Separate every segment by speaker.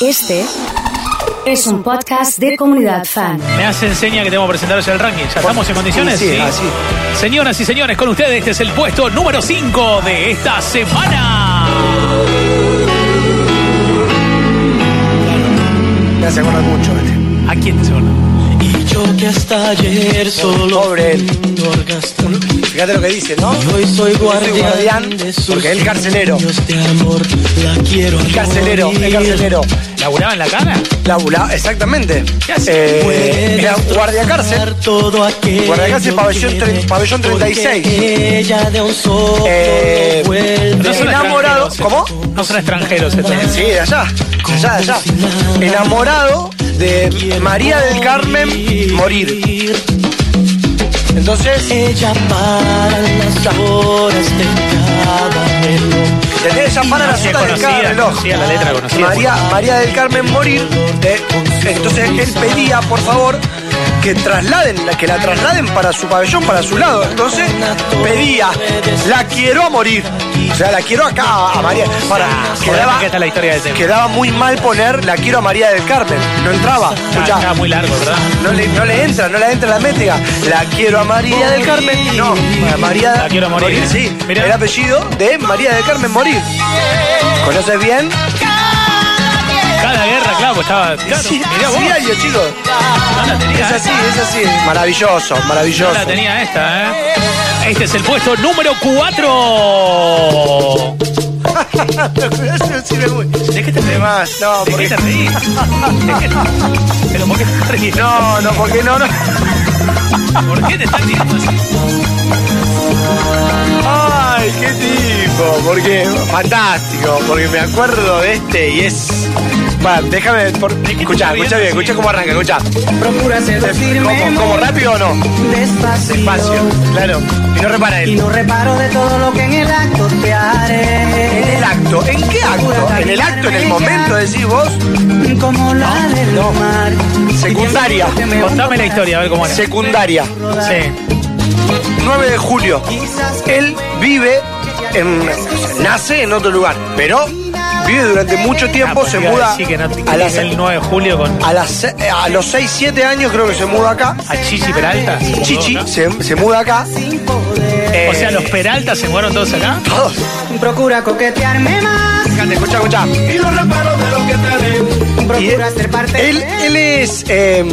Speaker 1: Este es un podcast de comunidad fan.
Speaker 2: Me hace enseña que tengo que presentaros el ranking. ¿Ya estamos en condiciones?
Speaker 3: Sí, sí, así.
Speaker 2: Señoras y señores, con ustedes, este es el puesto número 5 de esta semana.
Speaker 3: Me hace acordar mucho este.
Speaker 2: ¿A quién se van?
Speaker 4: Y yo que hasta ayer solo
Speaker 3: Pobre él.
Speaker 4: fui un orgasmo.
Speaker 3: Fíjate lo que dice, ¿no?
Speaker 4: Y hoy soy
Speaker 3: soy guardián
Speaker 4: guardián de sus
Speaker 3: porque el carcelero.
Speaker 4: sueños de amor. La quiero
Speaker 3: El carcelero, el carcelero.
Speaker 2: ¿Laburaba en la cara?
Speaker 3: Labula, exactamente.
Speaker 2: ¿Qué hace?
Speaker 3: Eh, era guardia cárcel.
Speaker 4: Todo aquello
Speaker 3: Guardia cárcel, pabellón
Speaker 4: que
Speaker 3: tre- pabellón
Speaker 4: porque
Speaker 3: 36.
Speaker 4: Ella de un solo
Speaker 3: Eh,
Speaker 4: vuelve.
Speaker 2: No son
Speaker 3: Enamorado.
Speaker 2: extranjeros,
Speaker 3: ¿Cómo?
Speaker 2: estos. No son extranjeros estos.
Speaker 3: Sí, de allá. De allá, de allá. Enamorado de María del Carmen Morir. Entonces,
Speaker 4: Ella para las horas de cada reloj.
Speaker 3: tenés ya para las
Speaker 2: Sí,
Speaker 3: otras de cada
Speaker 2: conocida,
Speaker 3: reloj.
Speaker 2: conocida la letra, conocida.
Speaker 3: María, María del Carmen Morir. eh, entonces él pedía, por favor, que trasladen, la- que la trasladen para su pabellón, para su lado. Entonces pedía, la quiero a morir. O sea, la quiero acá a a María.
Speaker 2: Ah,
Speaker 3: Para, quedaba,
Speaker 2: Esta es la historia del tema.
Speaker 3: quedaba muy mal poner la quiero a María del Carmen. No entraba.
Speaker 2: Ah,
Speaker 3: Escuchá,
Speaker 2: estaba muy largo, ¿verdad?
Speaker 3: no le, no le entra, no le entra la métrica. La quiero a María del Carmen. No, a María
Speaker 2: La quiero a morir, ¿eh?
Speaker 3: sí,
Speaker 2: Mirá.
Speaker 3: el apellido de María del Carmen Morir. ¿Conoces bien?
Speaker 2: Cada guerra, claro, pues estaba. Claro,
Speaker 3: sí,
Speaker 2: mirá vos.
Speaker 3: sí, años, chicos.
Speaker 2: No la tenía
Speaker 3: Es así,
Speaker 2: esta.
Speaker 3: es así. Maravilloso,
Speaker 2: No
Speaker 3: maravilloso.
Speaker 2: la tenía esta, ¿eh? Este es el puesto número 4.
Speaker 3: Sí, me voy.
Speaker 2: ¿De qué te
Speaker 3: ¿Qué
Speaker 2: reís?
Speaker 3: más? No,
Speaker 2: ¿De qué
Speaker 3: porque...
Speaker 2: te reís? ¿De qué- ¿Pero por qué te reís?
Speaker 3: No, no, porque no, no.
Speaker 2: ¿Por qué te estás tirando así?
Speaker 3: Ay, qué tipo, porque fantástico, porque me acuerdo de este y es. Bueno, déjame. Por...
Speaker 2: te está
Speaker 3: Escucha, escucha
Speaker 2: riendo,
Speaker 3: bien,
Speaker 2: sí?
Speaker 3: escucha cómo arranca, escucha.
Speaker 5: Procura seducirme
Speaker 3: ¿Cómo,
Speaker 5: muy
Speaker 3: ¿Cómo rápido o no?
Speaker 5: despacito,
Speaker 3: Despacio, claro. Y no repara
Speaker 5: Y
Speaker 3: él.
Speaker 5: no reparo de todo lo que en el acto te
Speaker 3: En el
Speaker 5: haré
Speaker 3: acto, ¿en qué acto? En el acto, en el momento, decís vos.
Speaker 5: Como la del
Speaker 3: no.
Speaker 5: mar
Speaker 3: Secundaria.
Speaker 5: Que me
Speaker 2: Contame la
Speaker 5: hundas,
Speaker 2: historia, a ver cómo era.
Speaker 3: Secundaria,
Speaker 2: Sí.
Speaker 3: 9 de julio.
Speaker 5: quizás que
Speaker 3: Él vive en. Nace en otro lugar, pero vive durante mucho
Speaker 2: Ah,
Speaker 3: tiempo, se muda
Speaker 2: Sí, que no
Speaker 3: a las.
Speaker 2: el 9 de julio con
Speaker 3: A, las, se- a los 6, 7 años creo que se muda acá.
Speaker 2: a Chichi Peralta.
Speaker 3: Chichi eh,
Speaker 2: ¿no?
Speaker 3: se, se muda acá.
Speaker 5: sin poder
Speaker 2: O sea, los Peralta se mudaron todos acá.
Speaker 3: Todos.
Speaker 5: Procura coquetearme más
Speaker 3: Fíjate, escucha, escucha. Y él,
Speaker 5: Procura ser parte
Speaker 3: él,
Speaker 5: de
Speaker 3: él es. eh,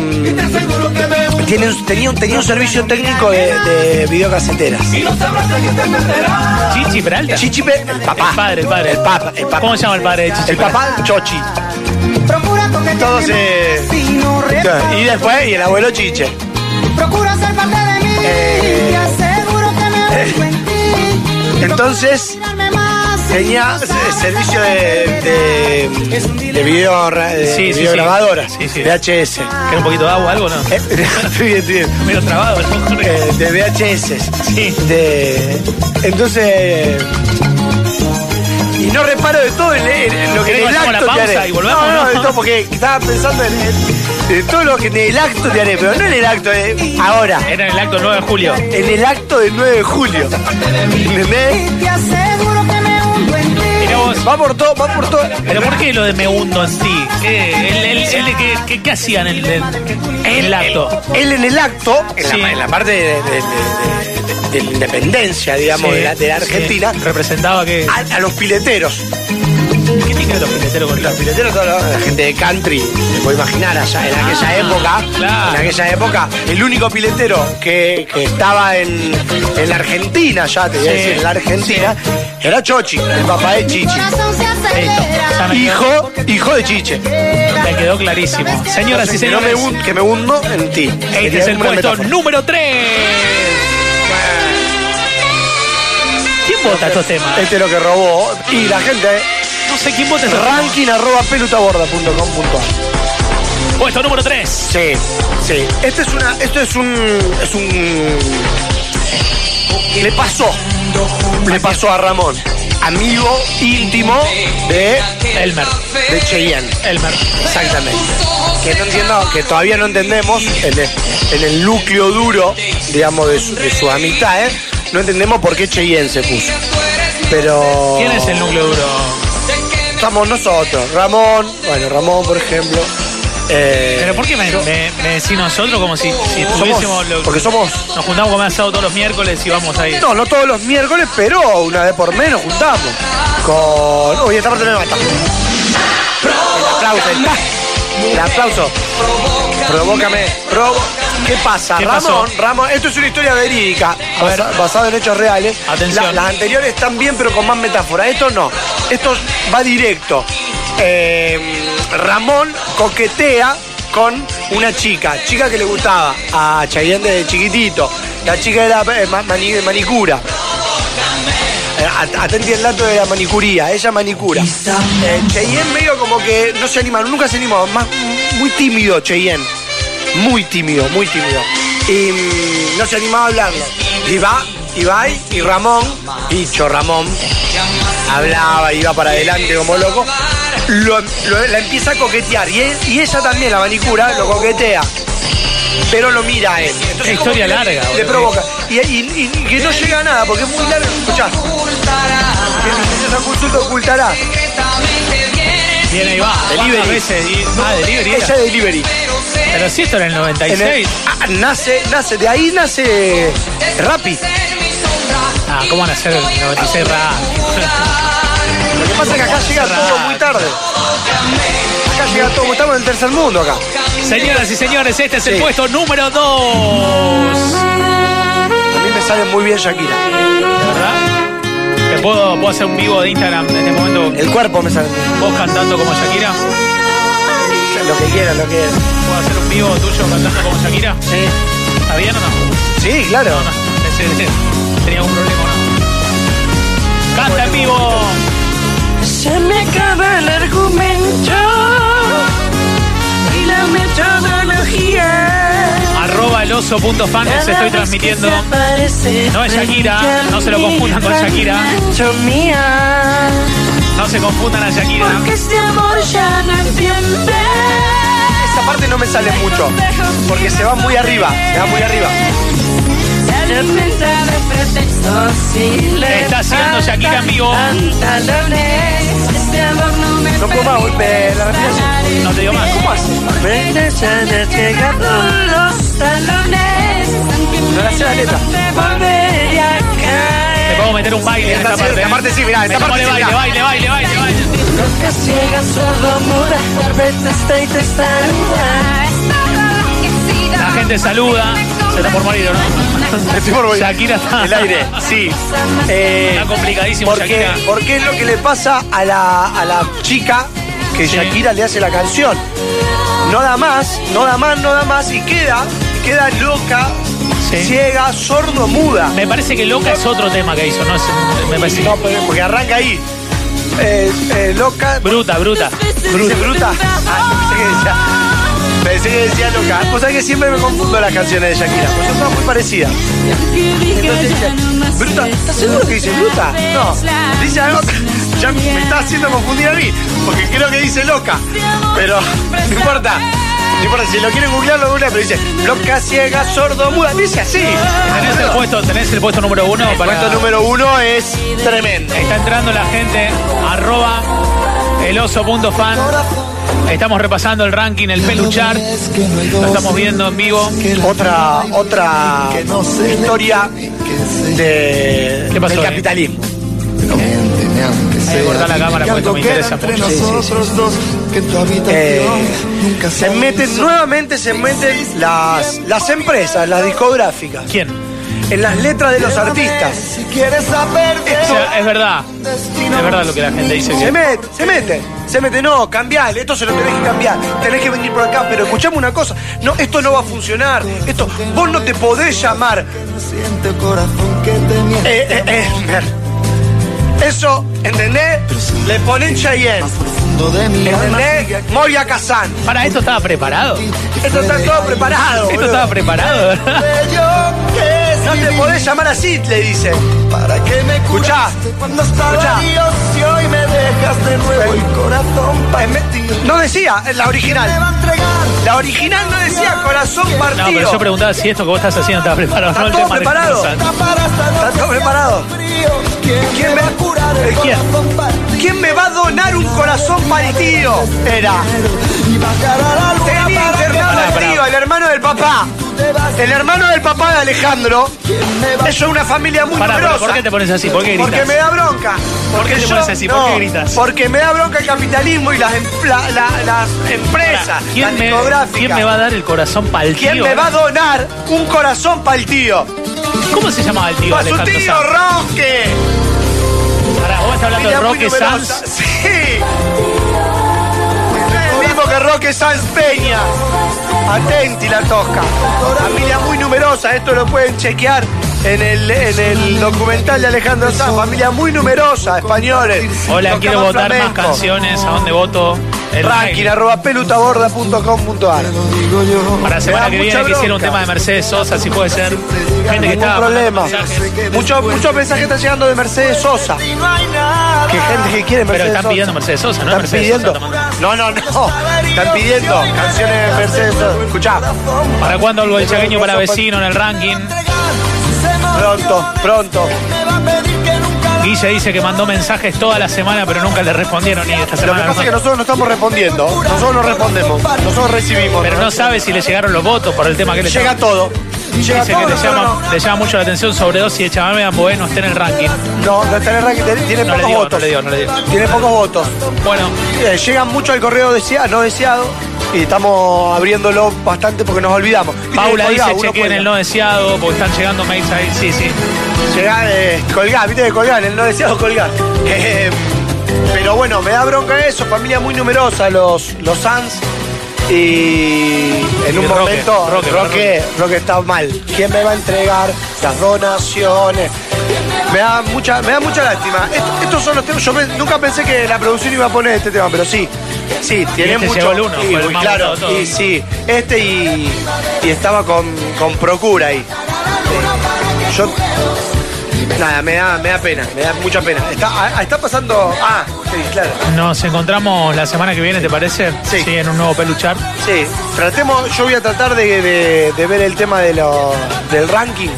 Speaker 3: tiene un- tenía, un, tenía un servicio técnico de, de videocaseteras.
Speaker 2: Chichi Peralta.
Speaker 3: Chichi, Pe- el papá.
Speaker 2: El padre, el padre.
Speaker 3: El papá, el papá.
Speaker 2: ¿Cómo se llama el padre de Chichi?
Speaker 3: El papá, Chochi.
Speaker 5: Procura coquetearme
Speaker 3: Todos, eh,
Speaker 5: más Y no reparo
Speaker 3: Y después, y el abuelo Chiche.
Speaker 5: Procura ser parte de mí
Speaker 3: Eh,
Speaker 5: Y aseguro que me
Speaker 2: Eh.
Speaker 5: ahogo en ti
Speaker 3: Entonces,
Speaker 5: Darme más
Speaker 3: tenía eh, servicio de. de, de video. De
Speaker 2: Sí, sí, sí.
Speaker 3: videograbadoras.
Speaker 2: Sí, sí.
Speaker 3: VHS.
Speaker 2: ¿Quieres un poquito de agua algo no?
Speaker 3: Eh, estoy bien, estoy bien.
Speaker 2: Medio trabado, ¿no?
Speaker 3: Eh, de VHS.
Speaker 2: Sí.
Speaker 3: De- entonces. Y no reparo de todo en, en lo que en
Speaker 2: ¿Querés que
Speaker 3: el
Speaker 2: hacemos
Speaker 3: acto
Speaker 2: la
Speaker 3: te
Speaker 2: pausa
Speaker 3: haré.
Speaker 2: y volvemos,
Speaker 3: no, no,
Speaker 2: no?
Speaker 3: de todo, porque estaba pensando en, en- en todo lo que en el acto te haré, pero no en el acto de ahora,
Speaker 2: Era en el acto 9 de julio.
Speaker 3: en el acto del 9 de julio. ¿Entendés?
Speaker 5: Y te aseguro que me hundo en ti
Speaker 2: Mirá vos.
Speaker 3: Va por todo, va por todo.
Speaker 2: Pero ¿por qué lo de me hundo en ti? ¿Qué, el, el- el- qué- qué- qué hacían en el, en el acto?
Speaker 3: Él en el acto, en,
Speaker 2: Sí.
Speaker 3: la, en la parte de, de- de- de- de la independencia, digamos,
Speaker 2: Sí,
Speaker 3: de, la, de la
Speaker 2: sí.
Speaker 3: Argentina,
Speaker 2: Representaba que.
Speaker 3: a, a los pileteros.
Speaker 2: ¿Qué tiene que ver los pileteros con
Speaker 3: Pues Los
Speaker 2: la
Speaker 3: pileteros, toda la, la gente de country, te puedo imaginar, allá en aquella época,
Speaker 2: Ah, claro.
Speaker 3: en aquella época, el único piletero que, que estaba en, en la Argentina, ya te voy a
Speaker 2: Sí.
Speaker 3: decir, en la Argentina, era Chochi, el papá de Chichi.
Speaker 5: corazón se
Speaker 2: Listo.
Speaker 5: acelera
Speaker 2: Ya me quedó,
Speaker 3: Hijo, hijo de Chiche.
Speaker 2: me quedó clarísimo. Señoras y
Speaker 3: Que no
Speaker 2: señores.
Speaker 3: me hun- que me hundo en ti.
Speaker 2: Este
Speaker 3: Sería
Speaker 2: es el
Speaker 3: una
Speaker 2: puesto
Speaker 3: metáfora.
Speaker 2: número 3. ¿Quién vota estos temas?
Speaker 3: Este es lo que robó. Y la gente, eh,
Speaker 2: No sé quién vota estos temas.
Speaker 3: ranking arroba pelutaborda.com.ar.
Speaker 2: Puesto número 3.
Speaker 3: Sí, sí. Este es una. Esto es un. Es un. Le pasó. Le pasó a Ramón. Amigo íntimo de.
Speaker 2: Elmer.
Speaker 3: De Cheyenne.
Speaker 2: Elmer.
Speaker 3: Exactamente. Que no entiendo, que todavía no entendemos en el, en el núcleo duro, digamos, de su, de su amistad, ¿eh? No entendemos por qué Cheyenne se puso. Pero.
Speaker 2: ¿Quién es el núcleo duro?
Speaker 3: estamos nosotros. Ramón, bueno, Ramón, por ejemplo. Eh,
Speaker 2: Pero ¿por qué me,
Speaker 3: yo-
Speaker 2: me- me decís nosotros como si, si estuviésemos...
Speaker 3: somos,
Speaker 2: lo-
Speaker 3: porque somos.
Speaker 2: nos juntamos con asado todos los miércoles y vamos ahí.
Speaker 3: No, no todos los miércoles, pero una vez por menos juntamos. Con. Uy, esta parte no me mata. El aplauso, el, pa- el aplauso. Provócame. provo- ¿Qué pasa?
Speaker 2: ¿Qué pasó?
Speaker 3: Ramón, Ramón, esto es una historia verídica,
Speaker 2: A ver.
Speaker 3: basa- basada en hechos reales.
Speaker 2: Atención.
Speaker 3: La- las anteriores están bien, pero con más metáfora. Esto no. Esto va directo. Eh, Ramón coquetea con una chica, chica que le gustaba a Chayanne desde chiquitito. La chica era eh, ma- mani- manicura. Eh, at- Atenti el dato de la manicuría, ella manicura. Eh, Cheyenne medio como que no se anima, nunca se animó, más, muy tímido Cheyenne. Muy tímido, muy tímido. Y mm, no se animaba a hablarlo. Y va, Ibai y Ramón, dicho Ramón, hablaba, iba para adelante como loco, lo- lo- la empieza a coquetear. Y, él- y ella también, la manicura, lo coquetea. Pero lo mira a él. Entonces,
Speaker 2: Qué
Speaker 3: como
Speaker 2: historia
Speaker 3: que le-
Speaker 2: larga,
Speaker 3: Le
Speaker 2: boludo.
Speaker 3: provoca. Y, y- y que no llega a nada, porque es muy largo. Escuchá. Que la princesa Consulta ocultará.
Speaker 2: Viene y va.
Speaker 3: Delivery.
Speaker 2: ¿Cuántas veces? Y- ah, delivery. era.
Speaker 3: Ella delivery.
Speaker 2: Pero si esto era el
Speaker 3: En
Speaker 2: 96.
Speaker 3: el- ah, nace, nace, de ahí nace Rappi.
Speaker 2: Ah, ¿cómo van a hacer el 96 ra?
Speaker 3: Lo que pasa es que acá llega todo muy tarde. Acá llega todo, estamos en el tercer mundo acá.
Speaker 2: Señoras y señores, este es el
Speaker 3: Sí.
Speaker 2: puesto número 2.
Speaker 3: A mí me sale muy bien Shakira.
Speaker 2: ¿Verdad? ¿Te puedo, puedo hacer un vivo de Instagram en este momento?
Speaker 3: El cuerpo me sale.
Speaker 2: ¿Vos cantando como Shakira?
Speaker 3: Lo que quiera, lo que quiera.
Speaker 2: ¿Puedo hacer un vivo tuyo cantando como Shakira?
Speaker 3: Sí.
Speaker 2: ¿Está bien o no?
Speaker 3: Sí, claro.
Speaker 2: No, no. ese- ese- Tenía algún problema, ¿no? ¡Canta en vivo!
Speaker 6: Se me acaba el argumento y la metodología.
Speaker 2: Arroba el oso punto fan, os estoy transmitiendo. No es Shakira, no se lo confundan con Shakira.
Speaker 6: Mía,
Speaker 2: No se confundan a Shakira.
Speaker 6: porque este amor ya no entiende.
Speaker 3: Esa parte no me sale mucho. Porque se va muy arriba. Se va muy arriba.
Speaker 6: Se alimenta de pretextos y le
Speaker 2: Está haciendo
Speaker 6: faltan
Speaker 2: Shakira en vivo.
Speaker 6: pantalones. Este amor no me
Speaker 3: No puedo más, me- la respiración.
Speaker 2: No te digo más.
Speaker 3: ¿Cómo hace? ¿Ves?
Speaker 6: Ella ya le llega por los talones.
Speaker 3: No la sé la letra.
Speaker 6: Te volvería a
Speaker 2: Te
Speaker 6: caer.
Speaker 2: puedo meter un baile en
Speaker 3: Esta
Speaker 2: esta
Speaker 3: sí,
Speaker 2: parte. ¿eh?
Speaker 3: esta parte sí, mirá, esta
Speaker 2: Metámosle
Speaker 3: parte sí,
Speaker 2: baile,
Speaker 3: mirá.
Speaker 2: baile, baile, baile, baile.
Speaker 6: Te ciegas solo muda, está y te saluda.
Speaker 2: La gente saluda. Se está por morir, ¿o ¿no?
Speaker 3: Estoy por volver.
Speaker 2: Shakira está.
Speaker 3: El aire, sí. Eh,
Speaker 2: Está complicadísimo,
Speaker 3: porque,
Speaker 2: Shakira.
Speaker 3: porque es lo que le pasa a la, a la chica que
Speaker 2: Sí.
Speaker 3: Shakira le hace la canción. No da más, no da más, no da más y queda, queda loca,
Speaker 2: Sí.
Speaker 3: ciega, sordo, muda.
Speaker 2: Me parece que Loca es otro tema que hizo, ¿no? Es- Me parece.
Speaker 3: No, porque- porque arranca ahí. Eh, eh, loca,
Speaker 2: Bruta, bruta.
Speaker 3: bruta. bruta. Ah, yo pensé que decía. Pensé que decía loca. Vos sabés que siempre me confundo las canciones de Shakira, porque son todas muy parecidas. Entonces dice, Bruta, ¿estás seguro que dice bruta? No. Dice algo que ya me está haciendo confundir a mí, porque creo que dice loca. Pero no importa. No importa, si lo quieren googlear lo googlean, pero dice loca, ciega, sordo, muda. Dice así.
Speaker 2: Tenés el puesto, tenés el puesto número uno este para.
Speaker 3: Puesto número uno es tremendo.
Speaker 2: Está entrando la gente. Arroba el oso punto fan. Estamos repasando el ranking, el peluchar. Lo estamos viendo en vivo.
Speaker 3: Otra, otra historia de,
Speaker 2: ¿Qué pasó,
Speaker 3: del
Speaker 2: eh?
Speaker 3: capitalismo.
Speaker 2: Voy a cortar la cámara porque esto me interesa mucho.
Speaker 3: Eh, se meten, nuevamente se meten las, las empresas, las discográficas,
Speaker 2: ¿Quién?
Speaker 3: en las letras de los artistas.
Speaker 2: O sea, es verdad. Es verdad lo que la gente dice.
Speaker 3: Se
Speaker 2: que-
Speaker 3: mete, se mete, se mete, no, cambiar, esto se lo tenés que cambiar, tenés que venir por acá, pero escuchame una cosa, no, esto no va a funcionar, esto, vos no te podés llamar. Eh, eh, eh, mer. Eso, ¿entendés? Le ponen Cheyenne, ¿entendés? Moria Kazan.
Speaker 2: Para esto estaba preparado.
Speaker 3: Esto está todo preparado.
Speaker 2: Esto
Speaker 3: boludo.
Speaker 2: estaba preparado, ¿verdad?
Speaker 3: No te podés llamar así, le dice.
Speaker 7: Para que me
Speaker 3: Escuchá, escuchá.
Speaker 7: si hoy me dejas de nuevo el corazón para mentir.
Speaker 3: No decía, es la original.
Speaker 7: entregar
Speaker 3: La original no decía corazón
Speaker 2: No,
Speaker 3: partido.
Speaker 2: pero yo preguntaba si esto que vos estás haciendo estaba preparado.
Speaker 3: Está
Speaker 2: no el
Speaker 3: todo
Speaker 2: tema de
Speaker 3: preparado.
Speaker 2: Tarzán.
Speaker 7: para esta
Speaker 3: Está todo preparado.
Speaker 7: frío.
Speaker 3: ¿Quién me,
Speaker 2: ¿El quién?
Speaker 3: ¿Quién me va a donar un corazón para el tío? Era. Tenía internado
Speaker 2: Pará,
Speaker 3: al
Speaker 2: pará.
Speaker 3: tío, el hermano del papá. El hermano del papá de Alejandro. Eso es una familia muy
Speaker 2: Pará, pero
Speaker 3: numerosa.
Speaker 2: ¿por qué te pones así? ¿Por qué
Speaker 3: Porque
Speaker 2: gritas?
Speaker 3: me da bronca.
Speaker 2: ¿Por qué te pones así? ¿Por qué gritas?
Speaker 3: Porque me da bronca el capitalismo y las, em- la- la- las
Speaker 2: Pará,
Speaker 3: empresas,
Speaker 2: ¿Quién
Speaker 3: las
Speaker 2: me,
Speaker 3: discográficas.
Speaker 2: ¿Quién me va a dar el corazón para el tío? eh?
Speaker 3: ¿Quién me va a donar un corazón para el tío?
Speaker 2: ¿Cómo se llamaba el tío
Speaker 3: ¡Para su
Speaker 2: Alejandro
Speaker 3: tío,
Speaker 2: Sanz?
Speaker 3: Roque!
Speaker 2: Pará, vos estás hablando de
Speaker 3: Familia muy
Speaker 2: Roque
Speaker 3: numerosa.
Speaker 2: Sanz.
Speaker 3: Sí. Es el mismo que Roque Sanz Peña. Atenti la tosca. Familia muy numerosa, esto lo pueden chequear. En el, en el documental de Alejandro Sanz, familia muy numerosa, españoles.
Speaker 2: Hola,
Speaker 3: Tocaban
Speaker 2: quiero votar
Speaker 3: flamenco.
Speaker 2: más canciones. ¿A dónde voto? El
Speaker 3: Ranking, arroba pelutaborda.com.ar.
Speaker 2: Para la
Speaker 3: Me da
Speaker 2: semana que
Speaker 3: mucha
Speaker 2: viene quisiera un
Speaker 3: bronca.
Speaker 2: tema de Mercedes Sosa, si puede ser. Gente que
Speaker 3: Ningún
Speaker 2: está.
Speaker 3: problema.
Speaker 2: Pero
Speaker 3: Muchos muchos mensajes están llegando de Mercedes Sosa. Que gente que quiere Mercedes
Speaker 2: Ah. están
Speaker 3: Sosa.
Speaker 2: pidiendo Mercedes Sosa, ¿no?
Speaker 3: Están
Speaker 2: Mercedes
Speaker 3: pidiendo.
Speaker 2: Sosa está mandando.
Speaker 3: No, no, no. Están pidiendo canciones de Mercedes Sosa. Escuchá.
Speaker 2: ¿Para cuándo algo del chaqueño para vecino en el ranking?
Speaker 3: Pronto, pronto.
Speaker 2: Guille dice que mandó mensajes toda la semana, pero nunca le respondieron ni esta
Speaker 3: Lo que
Speaker 2: semana.
Speaker 3: pasa es
Speaker 2: no.
Speaker 3: que nosotros no estamos respondiendo. Nosotros no respondemos. Nosotros recibimos.
Speaker 2: Pero no sabe si le llegaron los votos por el tema que le
Speaker 3: Llega todo. Llega
Speaker 2: Dice
Speaker 3: todo.
Speaker 2: que le
Speaker 3: nosotros
Speaker 2: llama, le llama mucho la atención sobredosis de chamame Amboé no está en el ranking.
Speaker 3: No, no, no está en el ranking. Tiene, tiene
Speaker 2: No le
Speaker 3: pocos
Speaker 2: digo, no
Speaker 3: votos.
Speaker 2: le digo, no le digo.
Speaker 3: Tiene pocos votos.
Speaker 2: Bueno,
Speaker 3: Eh, llegan mucho al correo desea- no deseado. Y estamos abriéndolo bastante porque nos olvidamos. Viste,
Speaker 2: Paula
Speaker 3: colgá,
Speaker 2: dice
Speaker 3: uno
Speaker 2: chequeen
Speaker 3: cuelga.
Speaker 2: el no deseado, porque están llegando mails ahí. Sí, sí.
Speaker 3: Llegar, eh, colgar, viste de colgar, el no deseado colgar. Eh, pero bueno, me da bronca eso, familia muy numerosa, los, los Sans. Y en un
Speaker 2: Roque,
Speaker 3: momento
Speaker 2: Roque,
Speaker 3: Roque, Roque, está mal. ¿Quién me va a entregar las donaciones? Me da mucha, me da mucha lástima. Est- estos son los temas. Yo pe- nunca pensé que la producción iba a poner este tema, pero sí. Sí, tiene
Speaker 2: este
Speaker 3: mucho.
Speaker 2: llegó el uno,
Speaker 3: y,
Speaker 2: fue el
Speaker 3: uy,
Speaker 2: más
Speaker 3: claro,
Speaker 2: votado de
Speaker 3: y
Speaker 2: todos.
Speaker 3: sí. Este y, y estaba con, con Procura ahí. Eh, Yo Nada, me da, me da pena, me da mucha pena. Está, ah, está pasando. Ah, sí, claro.
Speaker 2: Nos encontramos la semana que viene, ¿te parece?
Speaker 3: Sí.
Speaker 2: en un nuevo peluchar.
Speaker 3: Sí, tratemos. Yo voy a tratar de, de- de ver el tema de lo- del ranking.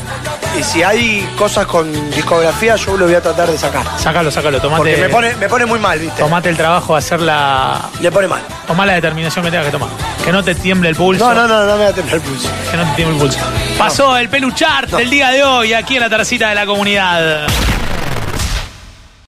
Speaker 3: Y si hay cosas con discografía, yo lo voy a tratar de sacar.
Speaker 2: Sácalo, sácalo, tomate.
Speaker 3: Porque me pone, me pone muy mal, ¿viste?
Speaker 2: Tomate el trabajo de hacer la.
Speaker 3: Le pone mal.
Speaker 2: Tomá la determinación que tengas que tomar. Que no te tiemble el pulso.
Speaker 3: No, no, no, no me da temblar el pulso.
Speaker 2: Que no te tiemble el pulso. Pasó el peluchar del día de hoy aquí en la tercita de la comunidad.